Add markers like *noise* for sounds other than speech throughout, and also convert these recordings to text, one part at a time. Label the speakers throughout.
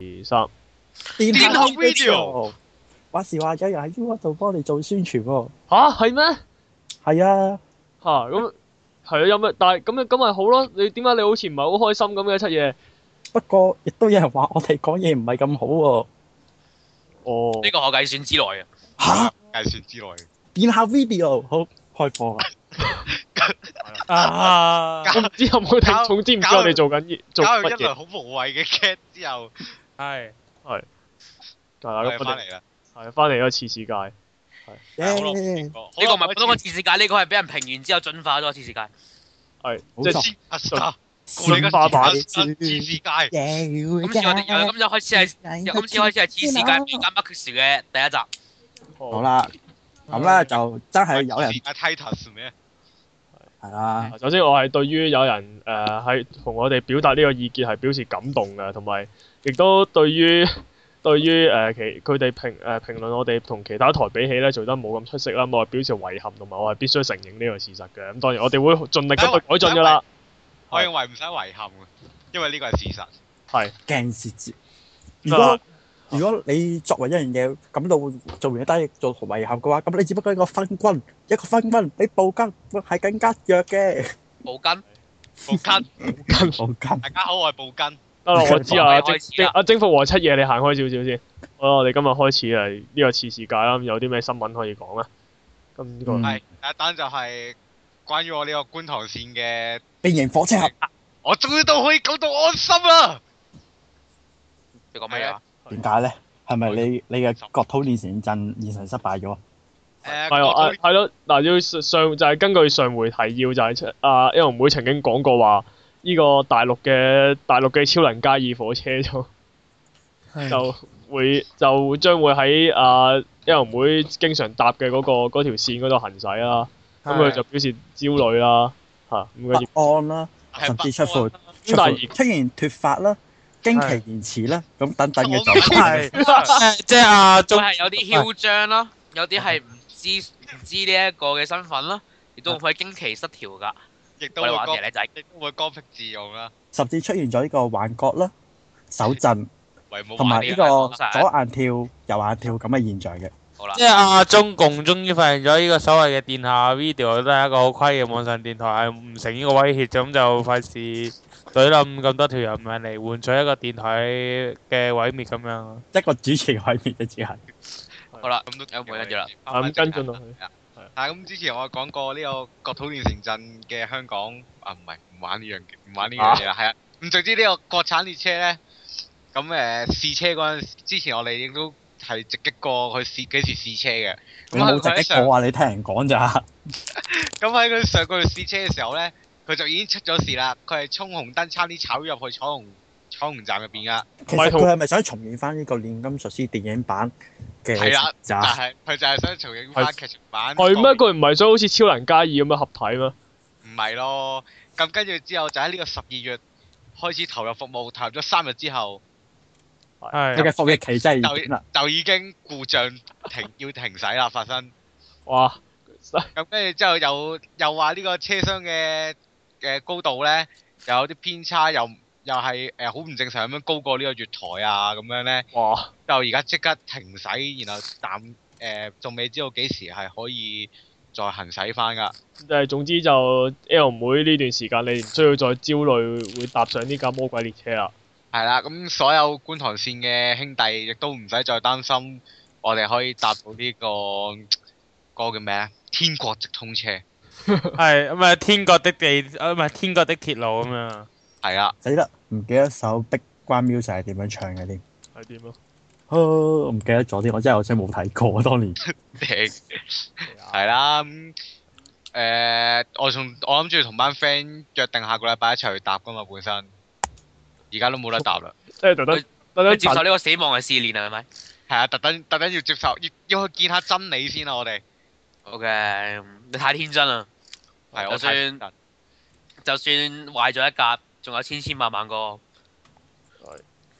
Speaker 1: 二三，
Speaker 2: 電
Speaker 3: 口 video
Speaker 2: 話時話有人喺 U 度幫你做宣傳喎，
Speaker 1: 吓係咩？
Speaker 2: 係啊，
Speaker 1: 吓咁係啊，有咩？但係咁咁咪好咯？你點解你好似唔係好開心咁嘅七嘢？
Speaker 2: 不過亦都有人話我哋講嘢唔係咁好喎、
Speaker 1: 哦，
Speaker 4: 呢個我計算之內啊。
Speaker 2: 吓，
Speaker 3: 計算之內，
Speaker 2: 電下 video 好開 *laughs* 播啊！啊，
Speaker 1: 我唔知有冇聽眾知唔知我哋做緊嘢做
Speaker 3: 搞
Speaker 1: 乜
Speaker 3: 到一輪
Speaker 1: 嘢？
Speaker 3: 好無謂嘅 cat 之後，
Speaker 5: 係
Speaker 1: 係啦，
Speaker 3: 我
Speaker 1: 咁
Speaker 3: 哋
Speaker 1: 我
Speaker 3: 翻
Speaker 1: 哋
Speaker 3: 嚟啦。
Speaker 1: 係翻嚟咗次世界。
Speaker 3: 好耐冇見
Speaker 2: 耶
Speaker 3: 過
Speaker 4: 呢個唔係普通嘅
Speaker 3: 我
Speaker 4: 次世界，呢個係俾人評完之後進化咗嘅次世界。
Speaker 1: 係
Speaker 2: 好
Speaker 1: 即係
Speaker 2: 熟
Speaker 3: 知阿 Star，
Speaker 1: 我哋嘅
Speaker 2: 閃
Speaker 1: 爸爸
Speaker 3: 知世界，
Speaker 4: 今次我哋由今次開始係由今次開始係次世界未間 m a x 嘅第一集。
Speaker 1: 哦
Speaker 2: 好，啦，咁啦就真係有人
Speaker 3: 知世界 Titus 咩？
Speaker 2: 係啦，
Speaker 1: 首先我係對於有人誒喺同我哋表達呢個意見係表示感動嘅，同埋亦都對於 *laughs* 對於誒、呃其佢哋評誒、呃、評論我哋同其他台比起咧做得冇咁出色啦，咁我係表示遺憾同埋我係必須承認呢個事實嘅。咁當然我哋會盡力咁去改進㗎啦。
Speaker 3: 我認為唔使遺憾嘅，因為呢個係事實。
Speaker 2: 鏡舌節。如
Speaker 1: 得啦
Speaker 2: 果如果你作為一樣嘢感到做完一單嘢做同遺憾嘅話，咁你只不過一個分軍，一個分軍比暴君係更加弱 *laughs* 嘅。
Speaker 4: 毛巾，
Speaker 3: 布根，
Speaker 2: 暴君
Speaker 3: 大家好，我係布根。
Speaker 1: 得啦，我知啦，阿
Speaker 4: 我哋
Speaker 1: 征
Speaker 4: 開始啦
Speaker 1: 征
Speaker 4: 啊
Speaker 1: 阿征服和七夜，你行開少少先。好啦，我哋今日開始係呢個次事界啦，咁有啲咩新聞可以講咧？咁呢個
Speaker 2: 嗯
Speaker 3: 係第一單就係關於我呢個觀塘線嘅，
Speaker 2: 變形火車俠
Speaker 3: 我終於都可以感到安心啦。
Speaker 4: 你講咩啊？
Speaker 2: 點解咧？係咪你你嘅國土練成陣練成失敗咗？
Speaker 3: 誒，
Speaker 1: 係啊，
Speaker 3: 我
Speaker 1: 啊係咯，嗱要上上就係根據上回提要就係出啊，因為妹曾經講過話，呢個大陸嘅大陸嘅超能加爾火車就就會就將會喺啊因為妹經常搭嘅嗰、個嗰條線嗰度行駛啦，咁佢就表示焦慮啦，嚇咁跟住
Speaker 2: 不安啦，
Speaker 4: 啊
Speaker 3: 係
Speaker 2: 甚至
Speaker 3: 北
Speaker 2: 出
Speaker 3: 安
Speaker 2: 貨
Speaker 3: 啦
Speaker 2: 出
Speaker 1: 但
Speaker 2: 現
Speaker 1: 係
Speaker 2: 出現脱髮啦，經期延遲啦，咁等等嘅
Speaker 3: 我唔
Speaker 2: 狀
Speaker 5: 係誒即係啊
Speaker 4: 佢
Speaker 5: 阿中
Speaker 4: 係嗯有啲囂張啦，有啲係唔知唔知呢一個嘅身份啦，亦都會經期失調㗎。
Speaker 3: 亦都
Speaker 4: 啊
Speaker 3: 會
Speaker 4: 我哋玩嘅
Speaker 3: 剛，
Speaker 4: 咧就係
Speaker 3: 亦都會剛愎自用啦，
Speaker 2: 甚至出現咗呢個幻覺啦、手震
Speaker 3: 唯冇
Speaker 2: 同
Speaker 3: 玩
Speaker 2: 埋
Speaker 3: 嘅
Speaker 2: 呢個左眼跳右眼跳咁嘅現象嘅。
Speaker 4: 好啦
Speaker 5: 即。係阿中共終於發現咗呢個所謂嘅電下 video 都係一個好虧嘅網上電台，係唔成呢個威脅，咁就費事懟冧咁多條人命嚟換取一個電台嘅毀滅咁樣。
Speaker 2: 一個主持毀滅嘅只係
Speaker 4: 好啦，
Speaker 3: 咁都
Speaker 4: 有冇跟住啦？
Speaker 1: 啊咁跟進落去。
Speaker 3: 係咁，之前我講過呢個國土練成鎮嘅香港啊，唔係唔玩呢樣唔玩呢樣嘢啦，係啊。咁總之呢個國產列車咧，咁誒試車嗰陣時，之前我哋亦都係直擊過佢試幾時試車嘅。咁
Speaker 2: 你冇
Speaker 3: 喺
Speaker 2: 直
Speaker 3: 佢喺
Speaker 2: 擊
Speaker 3: 上
Speaker 2: 我啊！你聽人講咋？
Speaker 3: 咁喺佢上個月試車嘅時候咧，佢就已經出咗事啦。佢係衝紅燈，差啲炒咗入去彩虹彩虹站入邊啊噶。
Speaker 2: 其
Speaker 1: 咪
Speaker 2: 實
Speaker 1: 同
Speaker 2: 佢係咪想重現翻呢個《煉金術師》電影版嘅
Speaker 3: 係啦但
Speaker 2: 咋？
Speaker 3: 係佢就係想重影翻劇情版。
Speaker 1: 啊係咩？佢哦唔係想好似超能加爾咁樣合體咩？
Speaker 3: 唔係咯，咁跟住之後就喺呢個十二月開始投入服務，投入咗三日之後
Speaker 2: 佢
Speaker 5: 係
Speaker 2: 嘅服役期真係已經啦，
Speaker 3: 就已經故障停要停駛啦，發生。
Speaker 1: 哇！
Speaker 3: 咁跟住之後又又話呢個車廂嘅嘅高度咧又有啲偏差，又又係誒好唔正常咁樣高過呢個月台啊咁樣咧，
Speaker 1: 哇！
Speaker 3: 就而家即刻停駛，然後暫誒仲未知道幾時係可以再行駛翻㗎。
Speaker 1: 誒總之就 L 妹呢段時間，你唔需要再焦慮會搭上呢架魔鬼列車啦。
Speaker 3: 係啦，咁所有觀塘線嘅兄弟亦都唔使再擔心，我哋可以搭到呢、個嗰個叫咩咧？天國直通車
Speaker 5: 係咁啊！天國的地啊，唔係天國的鐵路咁樣。
Speaker 3: 係啦， *laughs*
Speaker 2: 死啦！唔記得首《Big Grand Music》係點樣唱嘅添？
Speaker 1: 係點啊？
Speaker 2: 啊我唔記得咗添，我真係我真係冇睇過當年。
Speaker 3: 係
Speaker 1: 啊
Speaker 3: 啦，咁、誒我仲我諗住同班 friend 約定下個禮拜一齊去搭噶嘛，本身而家都冇得搭啦，
Speaker 1: 即係特登
Speaker 4: 佢
Speaker 1: 特
Speaker 4: 佢
Speaker 1: 登
Speaker 4: 接受呢個死亡嘅試煉啊，係咪
Speaker 3: 係啊，特登特登要接受，要要去見下真理先啊，我哋
Speaker 4: ？O K，你太天真啦！
Speaker 3: 係
Speaker 4: 就
Speaker 3: 我
Speaker 4: 算
Speaker 3: 睇
Speaker 4: 就算壞咗一格，仲有千千萬萬個，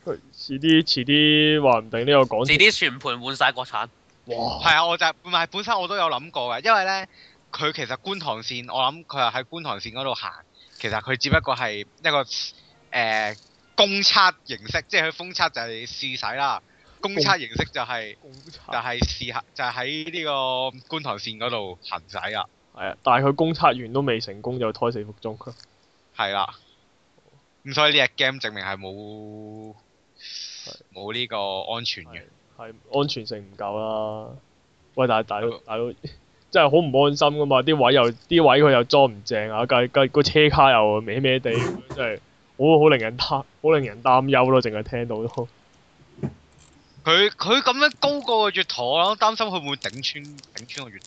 Speaker 1: 佢遲啲遲啲話唔定呢個港
Speaker 4: 自
Speaker 1: 鐵
Speaker 4: 啲全盤換晒國產。
Speaker 1: 哇
Speaker 3: 係啊，我就係唔係本身我都有諗過嘅，因為咧佢其實觀塘線，我諗佢係喺觀塘線嗰度行，其實佢只不過係一個誒、呃公測形式，即係佢封測就係試使啦，公測形式就係、
Speaker 1: 公
Speaker 3: 就
Speaker 4: 啊
Speaker 1: 測
Speaker 3: 係試下，就係喺呢個觀塘線嗰度行使啦，
Speaker 1: 係啊，但係佢公測完都未成功就胎死腹中。
Speaker 3: 係啦。咁所以呢只 game 證明係冇冇呢個安全嘅。
Speaker 1: 係安全性唔夠啦。喂，但係大佬大佬真係好唔安心噶嘛？啲位又啲位佢又裝唔正啊，計計個車卡又歪歪地，真係好好令人擔好令人擔憂咯。淨係聽到都
Speaker 3: 佢佢咁樣高過個月台，我擔心佢會唔會頂穿頂穿個月台。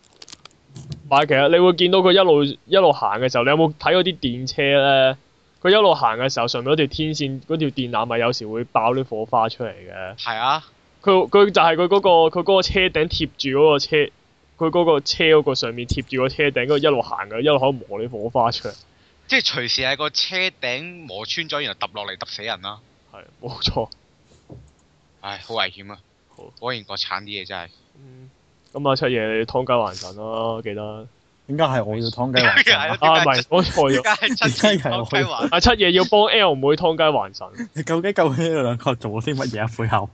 Speaker 1: 唔係，其實你會見到佢一路一路行嘅時候，你有冇睇嗰啲電車咧？佢一路行嘅時候，上面嗰條天線嗰條電纜咪有時會爆啲火花出嚟嘅。
Speaker 3: 係啊，
Speaker 1: 佢佢就係佢嗰個佢嗰個車頂貼住嗰個車，佢嗰個車嗰個上面貼住個車頂，跟住一路行嘅，一路喺度磨啲火花出嚟。
Speaker 3: 即係隨時喺個車頂磨穿咗，然後揼落嚟揼死人啦。
Speaker 1: 係冇錯。
Speaker 3: 唉，好危險啊
Speaker 1: 好！
Speaker 3: 果然國產啲嘢真係。
Speaker 1: 嗯，咁啊，七爺你劏雞還神啦，記得。
Speaker 2: 點解係我要劏雞還
Speaker 3: 係
Speaker 2: 神
Speaker 3: 啊
Speaker 2: 啊？
Speaker 1: 啊，唔係，我錯
Speaker 3: 而 *laughs*
Speaker 1: 咗。
Speaker 3: 家係七
Speaker 2: 而
Speaker 3: 千
Speaker 2: 家又
Speaker 3: 多
Speaker 2: 去
Speaker 3: 雞環，
Speaker 1: 啊，七爺要幫 L 妹劏雞還神。
Speaker 2: 你究竟究竟你兩個做咗啲乜嘢啊？背後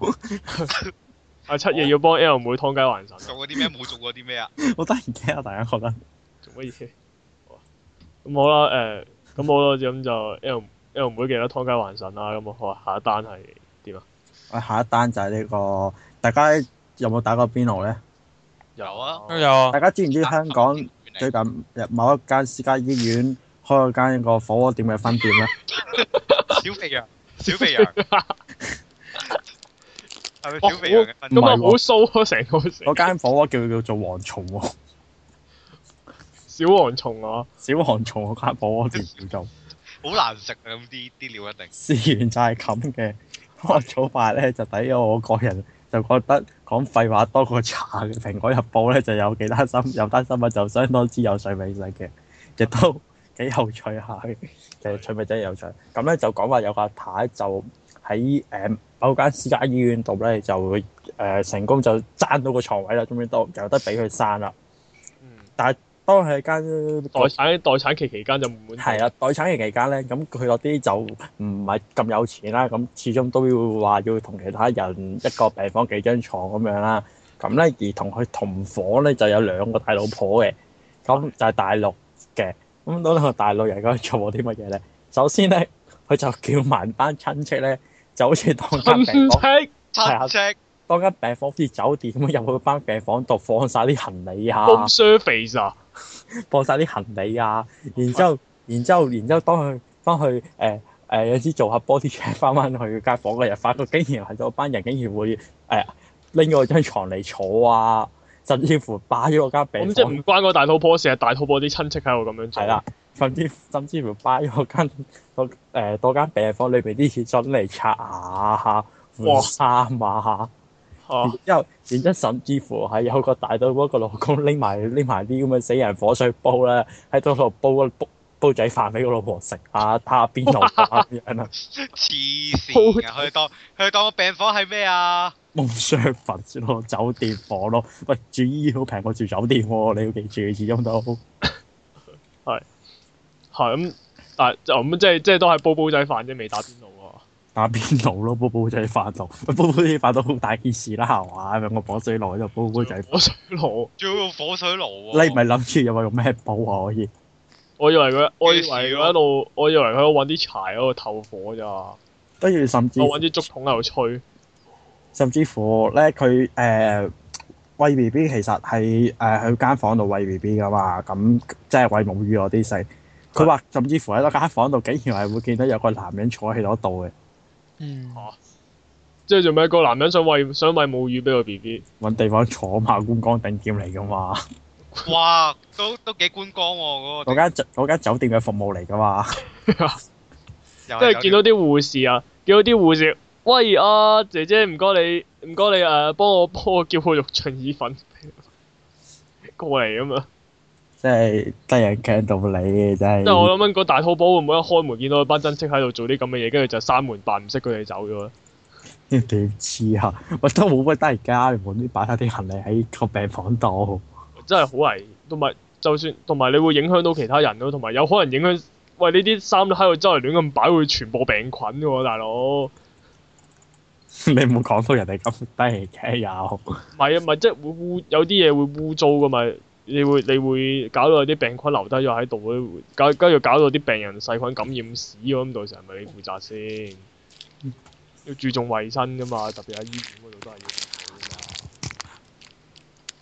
Speaker 2: *laughs*
Speaker 1: 啊，七爺要幫 L 妹劏雞還神。
Speaker 3: 做過啲咩？冇做過
Speaker 2: *laughs*
Speaker 3: 啲咩啊？
Speaker 2: 好得人驚啊！大家覺得
Speaker 1: 做乜嘢？好啊咁好啦，誒、咁好啦，咁就 L L 妹記得劏雞還神啦。咁啊，好啊，下一單係
Speaker 2: 我下一單就係呢、個，大家有冇打過邊爐咧？
Speaker 3: 有啊
Speaker 1: *laughs*
Speaker 5: 都有啊
Speaker 2: 大家知唔知香
Speaker 3: *laughs*
Speaker 2: 港最近某一間私家醫院開咗間個火鍋店嘅分店咧？
Speaker 3: 小肥羊，小肥羊
Speaker 2: *laughs*
Speaker 3: 係咪小肥羊嘅分
Speaker 2: 唔
Speaker 1: 咁
Speaker 2: 係
Speaker 1: 啊，
Speaker 2: 喎
Speaker 1: 好騷啊，成個成
Speaker 2: 嗰間火鍋叫叫做蝗蟲喎，
Speaker 1: 小蝗蟲啊！
Speaker 2: 小蝗蟲嗰間火鍋店叫做。
Speaker 3: 好難食啊！咁啲啲料一定
Speaker 2: 事源就係咁嘅。我早排咧就睇咗我個人 *laughs* 就覺得講廢話多過茶嘅《蘋果日報》咧就有幾單新 *laughs* 有單新聞就相當之有趣味性嘅，亦都幾有趣下嘅。其實趣味真係有趣。咁咧就講話有個阿太就喺誒、呃某間私家醫院度咧就誒、呃成功就爭到個床位啦，終於都有得俾佢生啦。
Speaker 1: 嗯，
Speaker 2: 當佢喺間
Speaker 1: 待產待產期期間就滿滿
Speaker 2: 係啊啦，待產期期間咧，咁佢嗰啲就唔係咁有錢啦，咁始終都要話要同其他人一個病房幾張床咁樣啦。咁咧而同佢同房咧就有兩個大老婆嘅，咁就係大陸嘅。咁嗰兩個大陸人咁做過啲乜嘢咧？首先咧，佢就叫埋班親戚咧，就好似當間病房
Speaker 1: *laughs* 親戚
Speaker 2: 啊
Speaker 3: 七隻
Speaker 2: 當間病房好似酒店咁樣入去班病房度放晒啲行李啊。
Speaker 1: home service 啊！
Speaker 2: 放晒啲行李啊，
Speaker 1: 哦
Speaker 2: 然之後，然之後，然之後當佢翻去誒誒、呃呃有時做下 body check 翻翻去間房嗰日，發覺竟然係有班人竟然會誒拎咗張床嚟坐啊，甚至乎霸咗我間
Speaker 1: 咁
Speaker 2: 病
Speaker 1: 即係唔
Speaker 2: 房，
Speaker 1: 關個大肚婆事，係啊大肚婆啲親戚喺度咁樣做。
Speaker 2: 係啦，甚至甚至乎霸咗我間 *laughs* 嗰誒嗰間病房裏邊啲廁所嚟刷牙啊、換衫啊。
Speaker 1: 嚇，
Speaker 2: 然之後，然之後甚至乎係有個大肚婆個老公拎埋拎埋啲咁嘅死人火水煲咧，喺度度煲個煲煲仔飯俾個老婆食啊，打下邊爐啊咁樣啊，
Speaker 3: 黐線嘅，佢當佢當個病房係咩啊？
Speaker 2: 夢想瞓先咯，酒店房咯，喂住醫院好平過住酒店喎、你要記住，始終都
Speaker 1: 係咁，但係就咁即係即係都係煲煲仔飯啫，未打邊爐啊！
Speaker 2: 打邊爐咯，煲煲仔飯度， *laughs* 喂煲煲仔飯都好大件事啦，係嘛？咁樣我火水爐喺度煲煲仔
Speaker 1: *laughs*
Speaker 2: 飯，
Speaker 1: 火水爐，
Speaker 3: 仲要用火水爐
Speaker 2: 你
Speaker 3: 喎。
Speaker 2: 唔係諗住有話用咩煲啊可以？
Speaker 1: 我以為佢，我以為
Speaker 3: 咩
Speaker 1: 佢
Speaker 3: 事咯
Speaker 1: 喺度，我以為佢喺度揾啲柴喺度透火咋。
Speaker 2: 跟住甚至
Speaker 1: 我揾啲竹筒喺度吹，
Speaker 2: 甚至乎咧，佢誒、呃、喂 B B 其實係誒喺間房度喂 B B 噶嘛，咁即係喂母乳嗰啲食。佢話甚至乎喺嗰間房度，竟然係會見到有個男人坐喺嗰度嘅，
Speaker 5: 嗯
Speaker 1: 即係做咩？個男人想喂想喂母乳俾個 B B，
Speaker 2: 揾地方坐嘛，觀光頂點嚟
Speaker 1: *laughs*
Speaker 2: 噶嘛，
Speaker 3: 哇，都都幾觀光喎嗰個
Speaker 2: 嗰
Speaker 3: 地，
Speaker 2: 間酒嗰間酒店嘅服務嚟噶嘛。
Speaker 3: 又
Speaker 1: 即係
Speaker 3: 有
Speaker 1: 見到啲護士啊，見到啲護士，喂啊姐姐，唔該你，唔該你誒、呃，幫我 *laughs* 幫我叫個肉醬意粉 *laughs* 過嚟咁啊！
Speaker 2: 即係得人驚到你，真
Speaker 1: 即係我
Speaker 2: 係
Speaker 1: 諗緊個大肚婆會唔會一開門見到班親戚喺度做啲咁嘅嘢，跟住就閂門扮唔識佢哋走咗咧？
Speaker 2: *laughs* 點知啊！我都冇乜得人家，你無端端擺晒啲行李喺個病房度。 *laughs*
Speaker 1: 真係好危險，同埋就算同埋你會影響到其他人咯，同埋有可能影響喂呢啲衫喺度周圍亂咁擺會傳播病菌嘅喎，大佬。唔
Speaker 2: 你唔好講到人哋咁低嘅有，
Speaker 1: 係啊，咪即係會污有啲嘢會污糟嘅咪，你會你會搞到有啲病菌留低咗喺度咧，會搞跟住搞到啲病人細菌感染死咗咁，到時係咪你負責先？要注重衞生噶嘛，特別喺醫院嗰度都係要注重㗎嘛。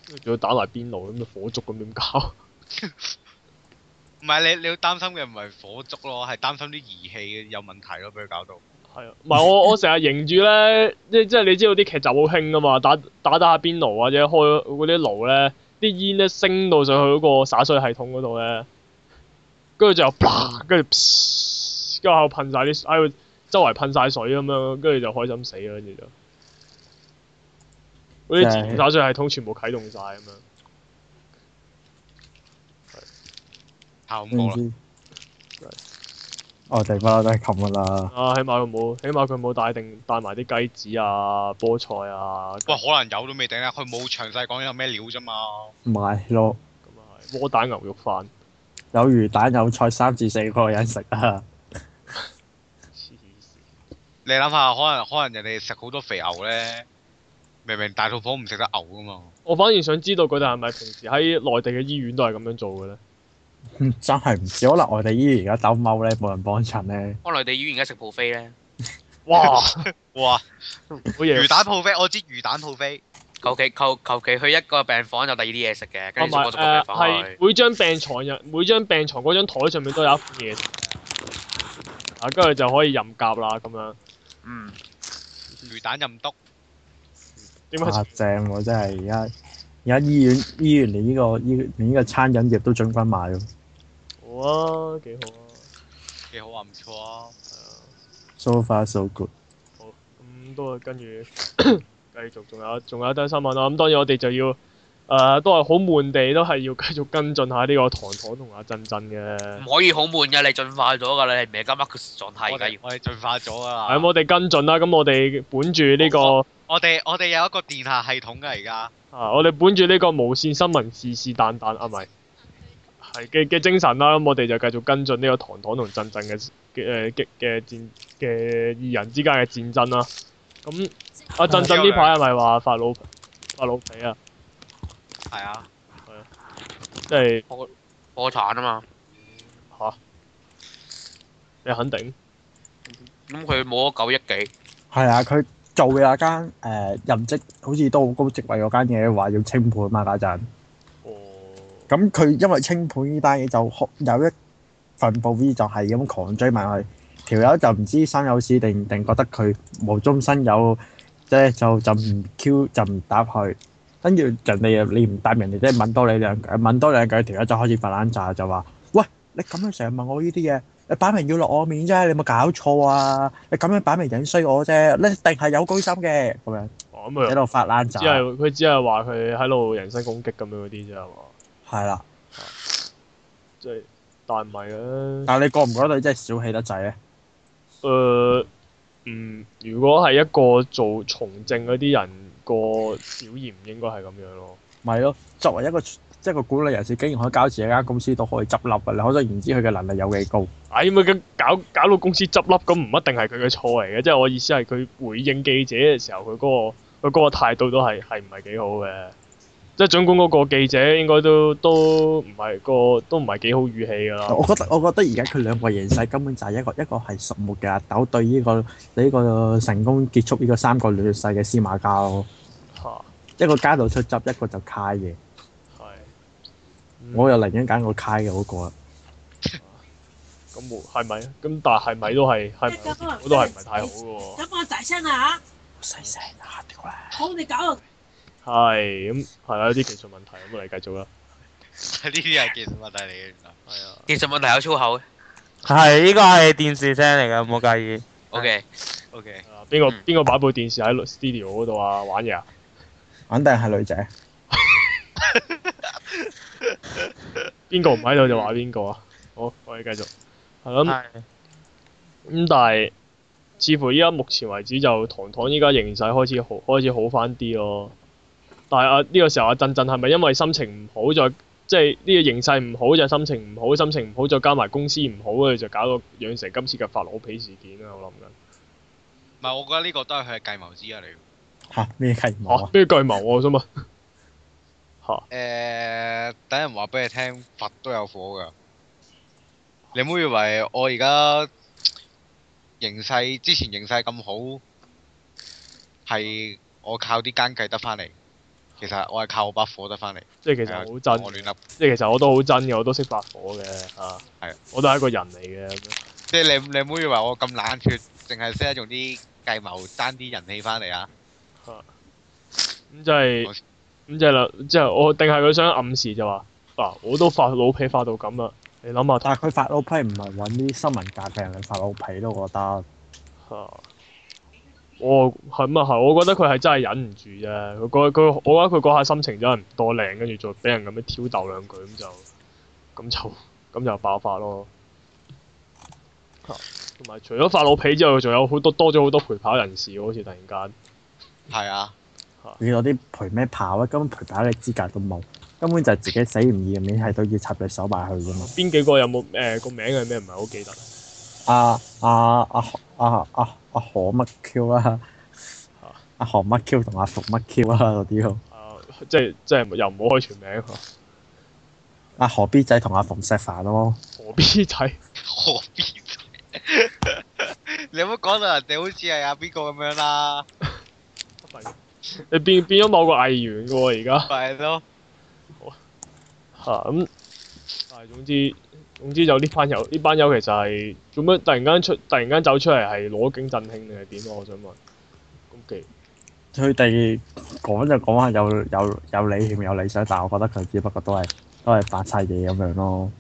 Speaker 1: 跟住仲要打埋邊爐咁，火燭咁點搞？
Speaker 3: 唔係你你要擔心嘅唔係火燭咯，係擔心啲儀器有問題咯，俾佢搞到。
Speaker 1: 係啊，唔係
Speaker 2: *laughs*
Speaker 1: 我我成日認住咧，即即係你知道啲劇集好興噶嘛，打打打下邊爐或者開嗰啲爐咧，啲煙咧升到上去嗰個灑水系統嗰度咧，跟住就啪，跟住噗跟住喺度噴晒啲喺度周圍噴晒水咁樣，跟住就開心死啦，跟住就嗰
Speaker 2: 真
Speaker 1: 啲
Speaker 2: 係
Speaker 1: 灑水系統全部啟動晒咁樣。
Speaker 3: 太恐
Speaker 2: 知唔
Speaker 3: 怖啦！
Speaker 2: 知？嗯我哋不嬲都係咁噶啦，
Speaker 1: 啊，起碼佢冇，起碼佢冇帶定帶埋啲雞子啊、菠菜啊，
Speaker 3: 喂，可能有都未定啦，佢冇詳細講有咩料啫嘛。
Speaker 2: 賣咯，
Speaker 1: 咁啊係窩蛋牛肉飯。
Speaker 2: 有魚蛋有菜三至四個人食啊！ *laughs*
Speaker 1: 黐線
Speaker 3: 你諗下，可能可能人哋食好多肥牛咧，明明大肚婆唔食得牛噶嘛。
Speaker 1: 我反而想知道佢哋係咪平時喺內地嘅醫院都係咁樣做嘅咧？
Speaker 2: 真係唔知，可能我哋依然而家兜踎咧，冇人幫襯咧，
Speaker 4: 可能內地醫院而家食 b u 咧，
Speaker 1: 哇！
Speaker 3: 哇！
Speaker 1: 好
Speaker 3: 魚
Speaker 1: 嘢，
Speaker 3: 蛋鋪飛，我知魚蛋鋪飛。
Speaker 4: 求其求求其去一個病房有第二啲嘢食嘅，跟
Speaker 1: 同
Speaker 4: 住
Speaker 1: 埋
Speaker 4: 就過咗個病
Speaker 1: 誒
Speaker 4: 房
Speaker 1: 係
Speaker 4: 去。
Speaker 1: 每張病床入每張病床嗰張台上面都有一款嘢食啊，跟住就可以任夾啦咁樣。
Speaker 4: 嗯，
Speaker 3: 魚蛋任督，
Speaker 1: 點
Speaker 2: 啊
Speaker 1: 解？
Speaker 2: 正喎！真係而家而家醫院醫院連呢、個醫連呢個餐飲業都進軍埋咯，
Speaker 1: 好啊，幾好啊，
Speaker 3: 幾好啊，唔錯啊。
Speaker 1: 係啊，
Speaker 2: so far so good。
Speaker 1: 好咁都係跟住 *coughs* 繼續，仲有仲有一單新聞啊啦。咁當然我哋就要誒、呃都係好悶地，都係要繼續跟進下呢個糖糖同阿振振嘅。
Speaker 4: 唔可以好悶嘅，你進化咗㗎啦，你唔係而家 Marcus 狀態
Speaker 3: 我
Speaker 4: 而家要
Speaker 3: 哋。我哋進化咗噶
Speaker 4: 啊
Speaker 3: 啦。
Speaker 1: 係啊咁，我哋跟進啦。咁我哋本住呢、個。
Speaker 3: 我哋我哋有一個殿下系統㗎而家，
Speaker 1: 啊！我哋本住呢個無線新聞是是但但啊，唔係係嘅嘅精神啦，咁我哋就繼續跟進呢個糖糖同振振嘅嘅誒嘅嘅戰嘅二人之間嘅戰爭啦。咁阿振振呢排係咪話發老發老脾啊？
Speaker 3: 係啊，
Speaker 1: 即係
Speaker 4: 破產啊嘛，
Speaker 1: 你肯定
Speaker 4: 咁佢冇咗九億幾，
Speaker 2: 係啊，佢做嘅嗰間誒任職好似都好高職位嗰間嘢話要清盤啊嘛家陣，
Speaker 1: 哦，
Speaker 2: 咁佢因為清盤呢單嘢就學有一份報 V 就係咁狂追埋去，條友就唔知生有屎定定覺得佢無中生有，即係就就唔 Q 就唔答佢。跟住人哋又你唔答人哋，即係問多你兩句，問多兩句，條友就開始發冷炸，就話：喂，你咁樣成日問我呢啲嘢，你擺明要落我面啫，你有冇搞錯啊？你咁樣擺明引衰我啫，你一定係有居心嘅，咁樣
Speaker 1: 哦咁
Speaker 2: 喺
Speaker 1: 啊，
Speaker 2: 度發冷
Speaker 1: 只
Speaker 2: 炸，
Speaker 1: 係佢只係話佢喺度人身攻擊咁樣嗰啲啫係嘛？
Speaker 2: 係啦。
Speaker 1: 即係但係唔係嘅。
Speaker 2: 但係你覺唔覺得你真係小氣得滯咧？
Speaker 1: 誒、呃嗯，如果係一個做從政嗰啲人個表現，唔應該係咁樣咯。
Speaker 2: 咪咯，作為一個即係個管理人士，竟然可以交自己間公司都可以執笠嘅，你可想而知佢嘅能力有幾高。
Speaker 1: 唉、咪咁搞搞到公司執笠，咁唔一定係佢嘅錯嚟嘅。即係我意思係佢回應記者嘅時候，佢嗰、個佢嗰個態度都係係唔係幾好嘅。即係總管嗰個記者應該都都唔係個都唔係幾好語氣㗎啦。
Speaker 2: 我覺得我覺得而家佢兩個形勢根本就係一個一個係熟目嘅阿斗對呢、個呢個成功結束呢個三個劣勢嘅司馬家咯，
Speaker 1: 嚇
Speaker 2: 一個街道出執，一個就卡嘢。
Speaker 1: 係、嗯
Speaker 2: 我又寧願揀個卡嘅嗰個啊。
Speaker 1: 咁冇係咪？咁但係咪都係係咪？我都係唔係太好嘅喎。
Speaker 6: 咁我大聲啦
Speaker 2: 細聲啊！屌啦！
Speaker 6: 嚇，好你搞啊到
Speaker 1: 係咁係啦，有啲技術問題咁我哋繼續啦。
Speaker 3: 呢啲係技術問題嚟嘅原來。
Speaker 1: 係啊。
Speaker 4: 技術問題有粗口嘅。
Speaker 5: 係呢個係電視聲嚟嘅，唔好介意。
Speaker 4: O K，
Speaker 3: O K，
Speaker 1: 啊邊個
Speaker 4: 嗯
Speaker 1: 邊個擺部電視喺 studio 嗰度啊玩嘢啊？
Speaker 2: 肯定係女仔，
Speaker 1: 邊個唔喺度就話邊個啊？好，我哋繼續。係咯，咁
Speaker 5: 係
Speaker 1: 咁但係似乎依家目前為止就糖糖依家形勢開始好開始好翻啲咯。但係啊呢個時候阿振振係咪因為心情唔好再即係呢個形勢唔好就心情唔好，心情唔好再加埋公司唔好，佢就搞到養成今次嘅法羅比事件啦。我諗緊
Speaker 3: 唔係，我覺得呢個都係佢嘅計謀之一嚟嘅。
Speaker 2: 嚇咩契謀
Speaker 1: 嚇，
Speaker 2: 啊？
Speaker 1: 邊個計謀我想問嚇
Speaker 3: 誒、呃等人話俾你聽，佛都有火噶。你唔好以為我而家形勢之前形勢咁好，係我靠啲奸計得翻嚟。其實我係靠我把火得翻嚟。
Speaker 1: 即係其實
Speaker 3: 係啊
Speaker 1: 好真
Speaker 3: 我亂笠，
Speaker 1: 即係其實我都好真嘅，我都識發火嘅嚇，
Speaker 3: 係啊
Speaker 1: 我都係一個人嚟嘅咁樣。
Speaker 3: 即係你你唔好以為我咁冷血，淨係識得用啲計謀爭啲人氣翻嚟啊！
Speaker 1: 咁即係
Speaker 3: 我
Speaker 1: 咁即係啦，即係我定係佢想暗示就話嗱，我都發老脾發到咁啦，你諗下睇
Speaker 2: 但係佢發老批唔係揾啲新聞界嘅人嚟發老皮咯，我覺得。
Speaker 1: 嚇。啊我係咁啊，係，我覺得佢係真係忍唔住啫。佢嗰佢，我覺得佢嗰下心情真係唔多靚，跟住再俾人咁樣挑逗兩句，咁就咁就咁就爆發咯。嚇同埋除咗發老脾之外，仲有好多多咗好多陪跑人士喎，好似突然間。
Speaker 3: 係啊，
Speaker 2: 你嗰啲陪咩跑啊？根本陪跑嘅資格都冇，根本就係自己死唔要面，係都要插隻手埋去噶嘛。
Speaker 1: 邊幾個有冇誒個名係咩？唔係好記得。
Speaker 2: 啊啊啊啊啊啊何乜 Q 啦，阿何乜 Q 同阿福乜 Q 啦嗰啲咯，
Speaker 1: 啊，即係即係又唔好開全名啊嚇。
Speaker 2: 阿啊何 B 仔同阿馮石凡咯，
Speaker 1: 何必仔
Speaker 3: 何必啫？你唔好講到人哋好似係阿邊個咁樣啦、
Speaker 1: 你變變咗某個藝員嘅喎，而家
Speaker 3: 咪係咯。
Speaker 1: 嚇咁。但係總之總之就呢班友呢班友其實係做乜突然間出突然間走出嚟係攞景振興定係點啊？我想問。咁奇
Speaker 2: 佢哋講就講下有有有理念有理想，但係我覺得佢只不過都係都係扮晒嘢咁樣咯。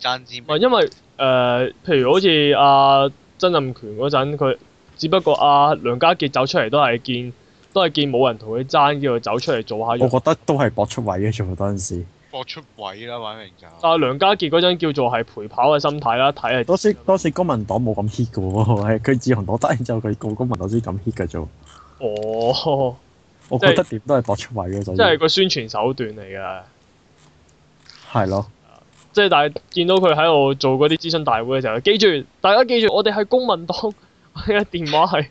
Speaker 3: 爭先
Speaker 1: 唔係因為誒、呃譬如好似阿、曾蔭權嗰陣，佢只不過阿、梁家傑走出嚟都係見都係見冇人同佢爭，叫佢走出嚟做下
Speaker 2: 我
Speaker 1: 嘢。
Speaker 2: 覺得都係搏出位嘅，全部嗰陣時。
Speaker 3: 搏出位啦，玩明就。
Speaker 1: 但係梁家傑嗰陣叫做係陪跑嘅心態啦，睇係
Speaker 2: 當時當時公民黨冇咁 hit 嘅喎，係佢自從攞得之後，佢告公民黨先咁 hit 嘅啫。
Speaker 1: 哦，
Speaker 2: 我
Speaker 1: 即係
Speaker 2: 覺得點都係搏出位嘅，所以
Speaker 1: 即係個宣傳手段嚟嘅。
Speaker 2: 係咯。
Speaker 1: 即係但係見到佢喺度做嗰啲諮詢大會嘅時候，記住大家記住，我哋係公民黨，我哋嘅電話係，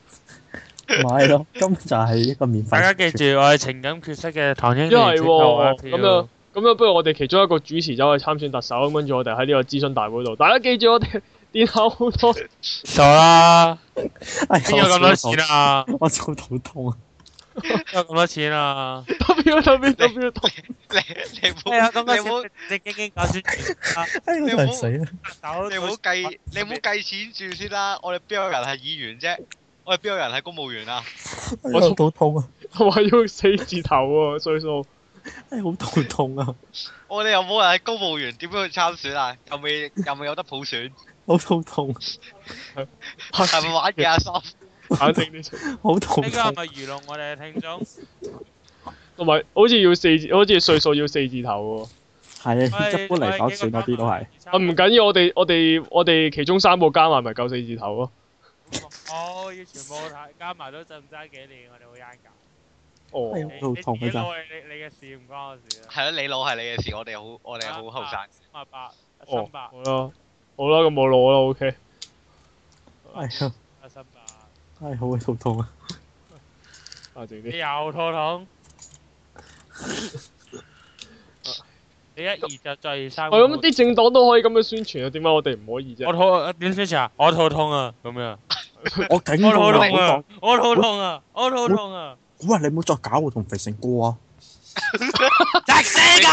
Speaker 2: 咪係
Speaker 5: *laughs*
Speaker 2: 咯，根本就係一個免費。
Speaker 5: 大家記住，我係情感缺失嘅唐英
Speaker 1: 因為
Speaker 5: 年接受我
Speaker 1: 喎
Speaker 5: 一票
Speaker 1: 咁樣咁樣，不如我哋其中一個主持走去參選特首，咁跟住我哋喺呢個諮詢大會度，大家記住我哋電話好多，
Speaker 5: 傻啦，
Speaker 2: 哎呀
Speaker 5: 邊有咁多錢啊？
Speaker 2: 我做肚痛啊！
Speaker 5: 邊有咁多錢啊？
Speaker 1: W W W
Speaker 3: 你你唔好
Speaker 5: 係啊，咁
Speaker 3: 你唔好
Speaker 5: 多錢正經經搞宣傳啊，
Speaker 2: 哎，我
Speaker 3: 你
Speaker 2: 真
Speaker 3: 唔好
Speaker 2: 係死啦！
Speaker 5: 搞
Speaker 3: 你唔好計你唔好計錢住先啦。我哋邊有人係議員啫？我哋邊有人係公務員 *laughs* 啊？
Speaker 2: 哎
Speaker 1: 我
Speaker 2: 我肚痛啊！
Speaker 1: 同埋要四字頭喎歲數，
Speaker 2: 哎，好肚痛啊！
Speaker 3: 我哋又冇人係公務員，點樣去參選啊？又未又未有得普選，
Speaker 2: 好肚痛，
Speaker 3: 係咪玩嘢啊？叔，
Speaker 1: 肯定啲數
Speaker 2: 好肚
Speaker 5: 呢個係
Speaker 2: 痛！
Speaker 5: 咪愚弄我哋嘅
Speaker 2: *laughs*
Speaker 5: 聽眾？
Speaker 1: 同埋好似要四字，好似歲數要四字頭喎。
Speaker 2: 係啊，
Speaker 5: 哎
Speaker 2: 一般嚟講，選嗰啲都係。
Speaker 1: 啊唔緊 *laughs* 要，我哋我哋我哋其中三個加埋咪夠四字頭咯。
Speaker 5: 哦，要全部加埋都爭唔爭幾年，我哋會嗌交。
Speaker 1: 哦，
Speaker 2: 哎
Speaker 5: 你
Speaker 2: 好痛
Speaker 5: 你
Speaker 2: 啊！真係
Speaker 5: 你你嘅事唔關我事啊。
Speaker 3: 係咯，你老係你嘅事，我哋好我哋好後生。
Speaker 5: 三八
Speaker 1: 哦
Speaker 5: 三，八
Speaker 1: 好啦，好啦，咁我攞啦，OK。
Speaker 2: 哎呀，
Speaker 5: 啊三八，
Speaker 2: *laughs* 哎，好鬼肚痛啊！
Speaker 1: 啊，靜
Speaker 5: 你
Speaker 1: 啲。
Speaker 5: 又肚痛？你一二就再二三。
Speaker 1: 喂，咁啲政黨都可以咁樣宣傳啊，點解我哋唔可以啫？
Speaker 5: 我肚點宣傳啊？我肚痛啊，咁樣。
Speaker 2: 我警
Speaker 5: 我
Speaker 2: 告
Speaker 5: 肚
Speaker 2: 你，
Speaker 5: 痛
Speaker 2: 唔好
Speaker 5: 啊
Speaker 2: 作！！
Speaker 5: 我肚痛啊！我肚痛啊！
Speaker 2: 喂，你唔好再搞我同肥成哥啊！
Speaker 5: 食
Speaker 1: *laughs*
Speaker 5: 死狗！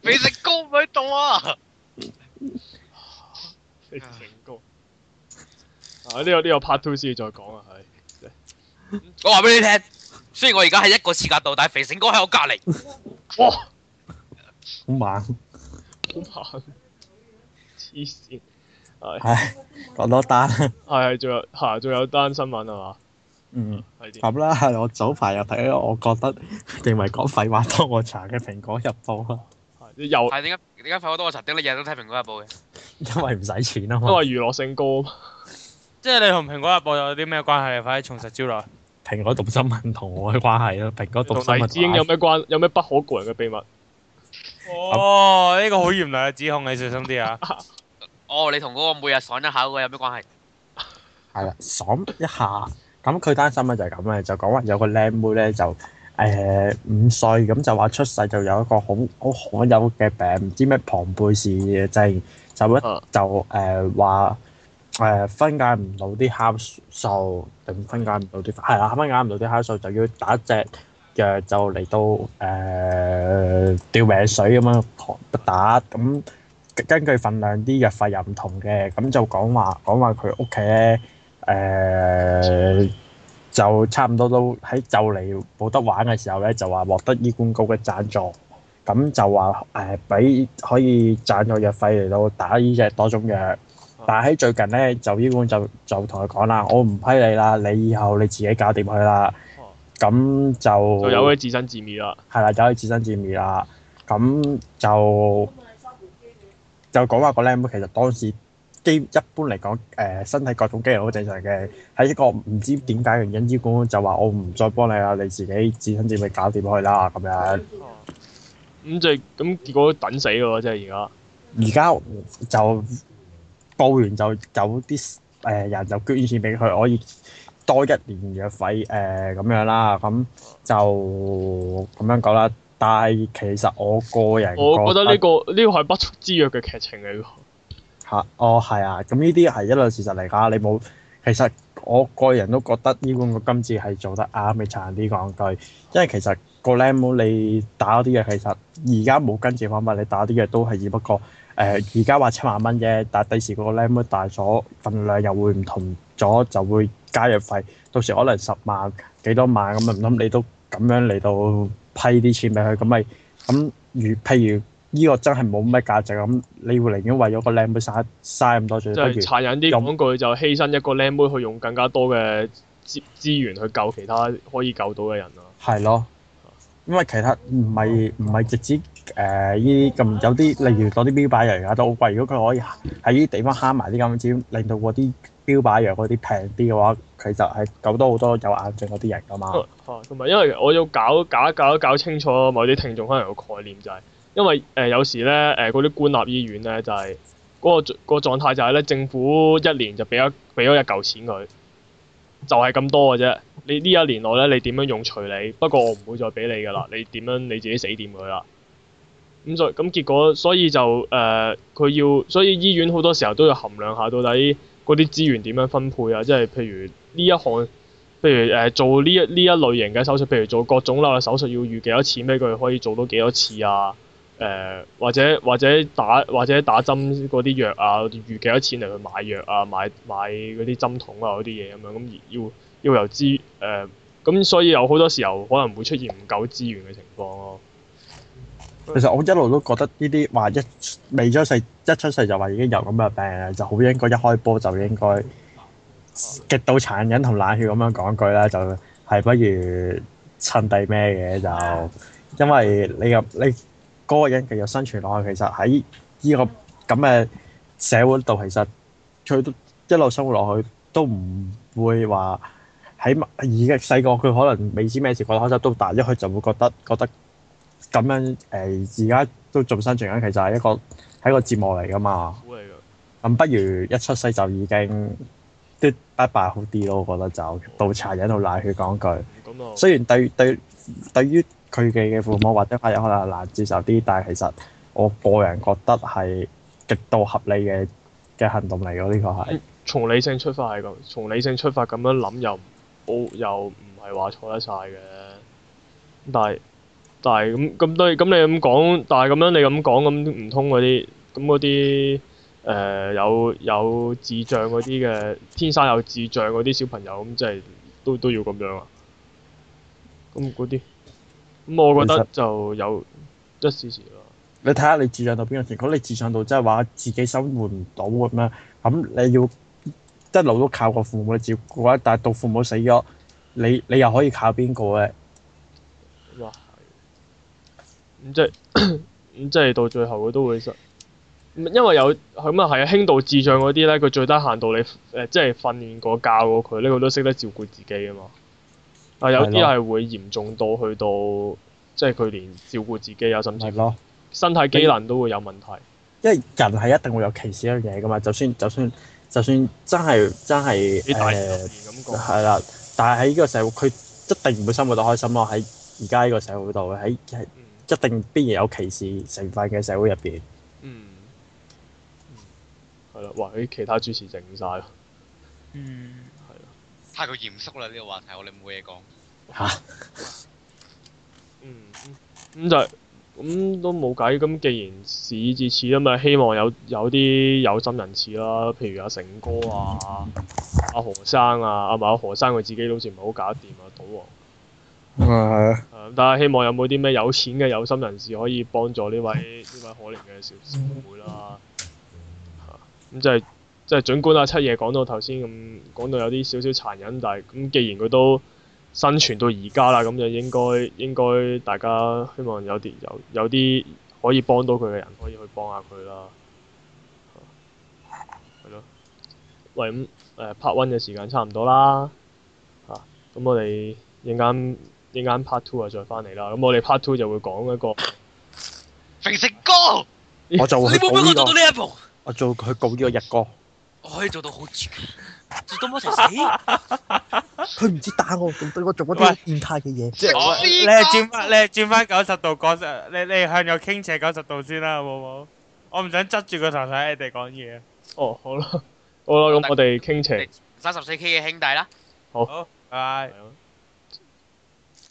Speaker 3: 你食高唔喺度啊！
Speaker 1: 你成功。啊，呢個呢個 part two 先再講啊，係。
Speaker 4: 我話俾你聽，雖然我而家係一個刺格度，但係肥成哥喺我隔離。
Speaker 1: 哇，
Speaker 2: 好猛，
Speaker 1: 好慢。黐線。係
Speaker 2: 唉，講多單啊啦。
Speaker 1: 係，仲有嚇，仲有單新聞啊係嘛？
Speaker 2: 嗯，
Speaker 1: 係啲。
Speaker 2: 咁啦，我早排又睇咗，我覺得認為講廢話多過茶嘅《蘋果日報》啊，
Speaker 1: 係又
Speaker 4: 係點解點解發覺到我曾經你日日都睇《蘋果日報》嘅？
Speaker 2: 因為唔使錢啊嘛
Speaker 1: 因。為娛樂性高啊嘛。
Speaker 5: 即係你同蘋果日報有啲咩關係？你快啲重實招來。
Speaker 2: 蘋果讀新聞同我嘅關係咯，蘋果讀啊哦
Speaker 1: 同
Speaker 2: 新
Speaker 1: 黎
Speaker 2: 聞
Speaker 1: 智英有咩關？有咩不可告人嘅秘密？
Speaker 5: 哦，呢個好嚴厲嘅指控，你小心啲啊！
Speaker 4: 哦，你同嗰個每日爽一下嗰個有咩關係？
Speaker 2: 係啦，爽一下。咁佢單新聞就係咁嘅，就講話有個靚妹咧就誒、五歲，咁就話出世就有一個好好罕有嘅病，唔知咩龐貝氏症，就一
Speaker 1: 啊
Speaker 2: 就誒話誒分解唔到啲酵素，定分解唔到啲係啦，分解唔到啲酵素就要打隻藥就嚟到誒、吊命水咁樣狂打咁。根據份量啲藥費又唔同嘅，咁就講話講話佢屋企咧誒、就差唔多都喺就嚟冇得玩嘅時候咧，就話獲得醫管局嘅贊助，咁就話誒俾可以贊助藥費嚟到打呢只多種藥。但係喺最近咧，就醫管就就同佢講啦，我唔批你啦，你以後你自己搞掂佢啦。咁就
Speaker 1: 就有啲自生自滅啦。
Speaker 2: 係啦，就可以自生自滅啦。咁就就講話個僆妹其實當時基一般嚟講，誒、身體各種機能好正常嘅，喺一個唔知點解嘅原因，醫管局就話我唔再幫你啦，你自己自生自滅搞掂佢啦咁樣。
Speaker 1: 咁即係咁結果等死喎，即係而
Speaker 2: 而家就報完就有啲誒、人就捐錢俾佢，可以多一年藥費誒咁、樣啦，咁就咁樣講啦。但係其實我個人
Speaker 1: 家。我覺得呢、個呢個係不速之約嘅劇情嚟㗎。
Speaker 2: 嚇，哦係啊，咁呢啲係一類事實嚟㗎。你冇，其實我個人都覺得醫管局今次係做得啱，你殘啲講句，因為其實個僆妹你打嗰啲嘢，其實而家冇跟住方法，你打啲嘢都係只不過誒，而家話七萬蚊啫，但係第時個僆妹大咗，份量又會唔同咗，就會加藥費，到時可能十萬幾多萬咁啊，唔通你都咁樣嚟到批啲錢俾佢，咁咪咁如譬如。呢個真係冇咩價值咁，你會寧願為咗個靚妹嘥嘥咁多
Speaker 1: 即
Speaker 2: 嘴，不如
Speaker 1: 係殘忍啲講句，就犧牲一個靚妹去用更加多嘅資資源去救其他可以救到嘅人啊啦。
Speaker 2: 係咯，因為其他唔係唔係直接誒呢啲咁有啲，例如攞啲標靶藥而家都好貴。如果佢可以喺呢啲地方慳埋啲咁錢，令到嗰啲標靶藥嗰啲平啲嘅話，其實係救多好多有癌症嗰啲人噶嘛。
Speaker 1: 啊同埋因為我要搞搞一搞一搞清楚某啲聽眾可能有個概念就係、因為誒、呃有時咧誒嗰啲官立醫院咧就係、嗰、個嗰個狀態就係咧政府一年就俾一俾咗一嚿錢佢，就係、咁多嘅啫。你呢一年內咧，你點樣用隨你，不過我唔會再俾你㗎啦。你點樣你自己死掂佢啦。咁所以咁結果，所以就呃誒佢、要，所以醫院好多時候都要衡量下到底嗰啲資源點樣分配啊，即係譬如呢一項。譬如誒、呃做呢一呢一類型嘅手術，譬如做各種瘤嘅手術，要預幾多錢俾佢可以做到幾多次啊？誒、或者或者打或者打針嗰啲藥啊，預幾多錢嚟去買藥啊，買買嗰啲針筒啊嗰啲嘢咁樣，咁而要要由資誒，咁、所以有好多時候可能會出現唔夠資源嘅情況咯。
Speaker 2: 其實我一路都覺得呢啲話一未出世一出世就話已經有咁嘅病，就好應該一開波就應該極度殘忍同冷血咁樣講句啦，就係不如趁地咩嘅就，因為你又你嗰個人繼續生存落去，其實喺呢個咁嘅社會度，其實佢都一路生活落去都唔會話喺而家細個佢可能未知咩事覺得開心，到大一佢就會覺得覺得。咁樣誒，而家都仲生存緊，其實係一個係一個節目嚟噶嘛。
Speaker 1: 好嚟㗎。
Speaker 2: 咁不如一出世就已經都拜拜好啲咯，我覺得就倒茶忍到奶血講句。
Speaker 1: 咁啊，
Speaker 2: 雖然對對對於佢哋嘅父母或者係可能難接受啲，但係其實我個人覺得係極度合理嘅嘅行動嚟嘅，呢個係
Speaker 1: 從理性出發係咁，從理性出發咁樣諗又冇又唔係話錯得晒嘅，但係但係咁咁對咁你咁講，但係咁樣你咁講咁唔通嗰啲咁嗰啲誒有有智障嗰啲嘅天生有智障嗰啲小朋友咁即係都都要咁樣啊？咁嗰啲咁我覺
Speaker 2: 其
Speaker 1: 得
Speaker 2: 實
Speaker 1: 就有一時時咯。
Speaker 2: 你睇下你智障到邊個程度，如果你智障到真係話自己生活唔到咁樣，咁你要一路都靠個父母照顧啊，但係到父母死咗，你你又可以靠邊個咧？
Speaker 1: 咁啊係，咁即係咁即係到最後佢都會失，咁因為有咁啊係啊輕度智障嗰啲咧，佢最低限度你誒、即係訓練過教過佢咧，佢都識得照顧自己啊嘛。啊有啲
Speaker 2: 係咯
Speaker 1: 係會嚴重到去到即係佢連照顧自己啊，甚至
Speaker 2: 係咯，
Speaker 1: 身體機能都會有問題。
Speaker 2: 因為人係一定會有歧視一樣嘢噶嘛，就算就算就算真係真係
Speaker 1: 你大人
Speaker 2: 誒
Speaker 1: 咁講，
Speaker 2: 係啦，但係喺呢個社會，佢一定唔會生活得開心咯。喺而家呢個社會度，喺喺
Speaker 1: 嗯
Speaker 2: 一定必然有歧視成分嘅社會入邊。
Speaker 1: 嗯，係啦，哇！啲其他主持靜晒喎，
Speaker 5: 嗯，
Speaker 3: 太過嚴肅啦呢個話題，我哋冇嘢講。
Speaker 1: 嗯，咁就係咁都冇計。咁既然事至此，咁啊咪希望有有啲有心人士啦，譬如阿成哥啊、阿何生啊，啊唔係阿何生佢自己都好似唔係好搞得掂啊，賭王。啊
Speaker 2: 係
Speaker 1: 誒，但係希望有冇啲咩有錢嘅有心人士可以幫助呢位呢位可憐嘅小小妹啦。嚇咁即係即係，儘管阿七爺講到頭先咁，講到有啲少少殘忍，但係咁既然佢都生存到而家啦，咁就應該應該大家希望有啲有有啲可以幫到佢嘅人可以去幫下佢啦。係咯，喂咁誒 part one 嘅時間差唔多啦，嚇、咁我哋陣間。一間 part two 啊，再翻嚟啦。咁我哋 part two 就會講一個
Speaker 3: 肥成哥，
Speaker 2: 我就
Speaker 4: 你
Speaker 2: 會去
Speaker 4: 冇
Speaker 2: 告
Speaker 4: 俾
Speaker 2: 呢、個
Speaker 4: 我做到，呢一步，
Speaker 2: 我做去告呢個日哥。
Speaker 4: 我可以做到好絕，絕到魔頭
Speaker 1: *laughs*
Speaker 2: 佢
Speaker 4: 死。
Speaker 2: 唔知打我，仲對我做嗰啲變態嘅嘢。
Speaker 5: 即係
Speaker 3: 我
Speaker 5: 我你係轉翻，你係轉翻九十度講，你你向右傾斜九十度先啦，好唔好？我唔想執住個頭睇你哋講嘢。
Speaker 1: 哦，好啦，好啦，咁我哋傾斜，
Speaker 4: 三十四 K 嘅兄弟啦，
Speaker 5: 好，拜拜。
Speaker 1: 係啊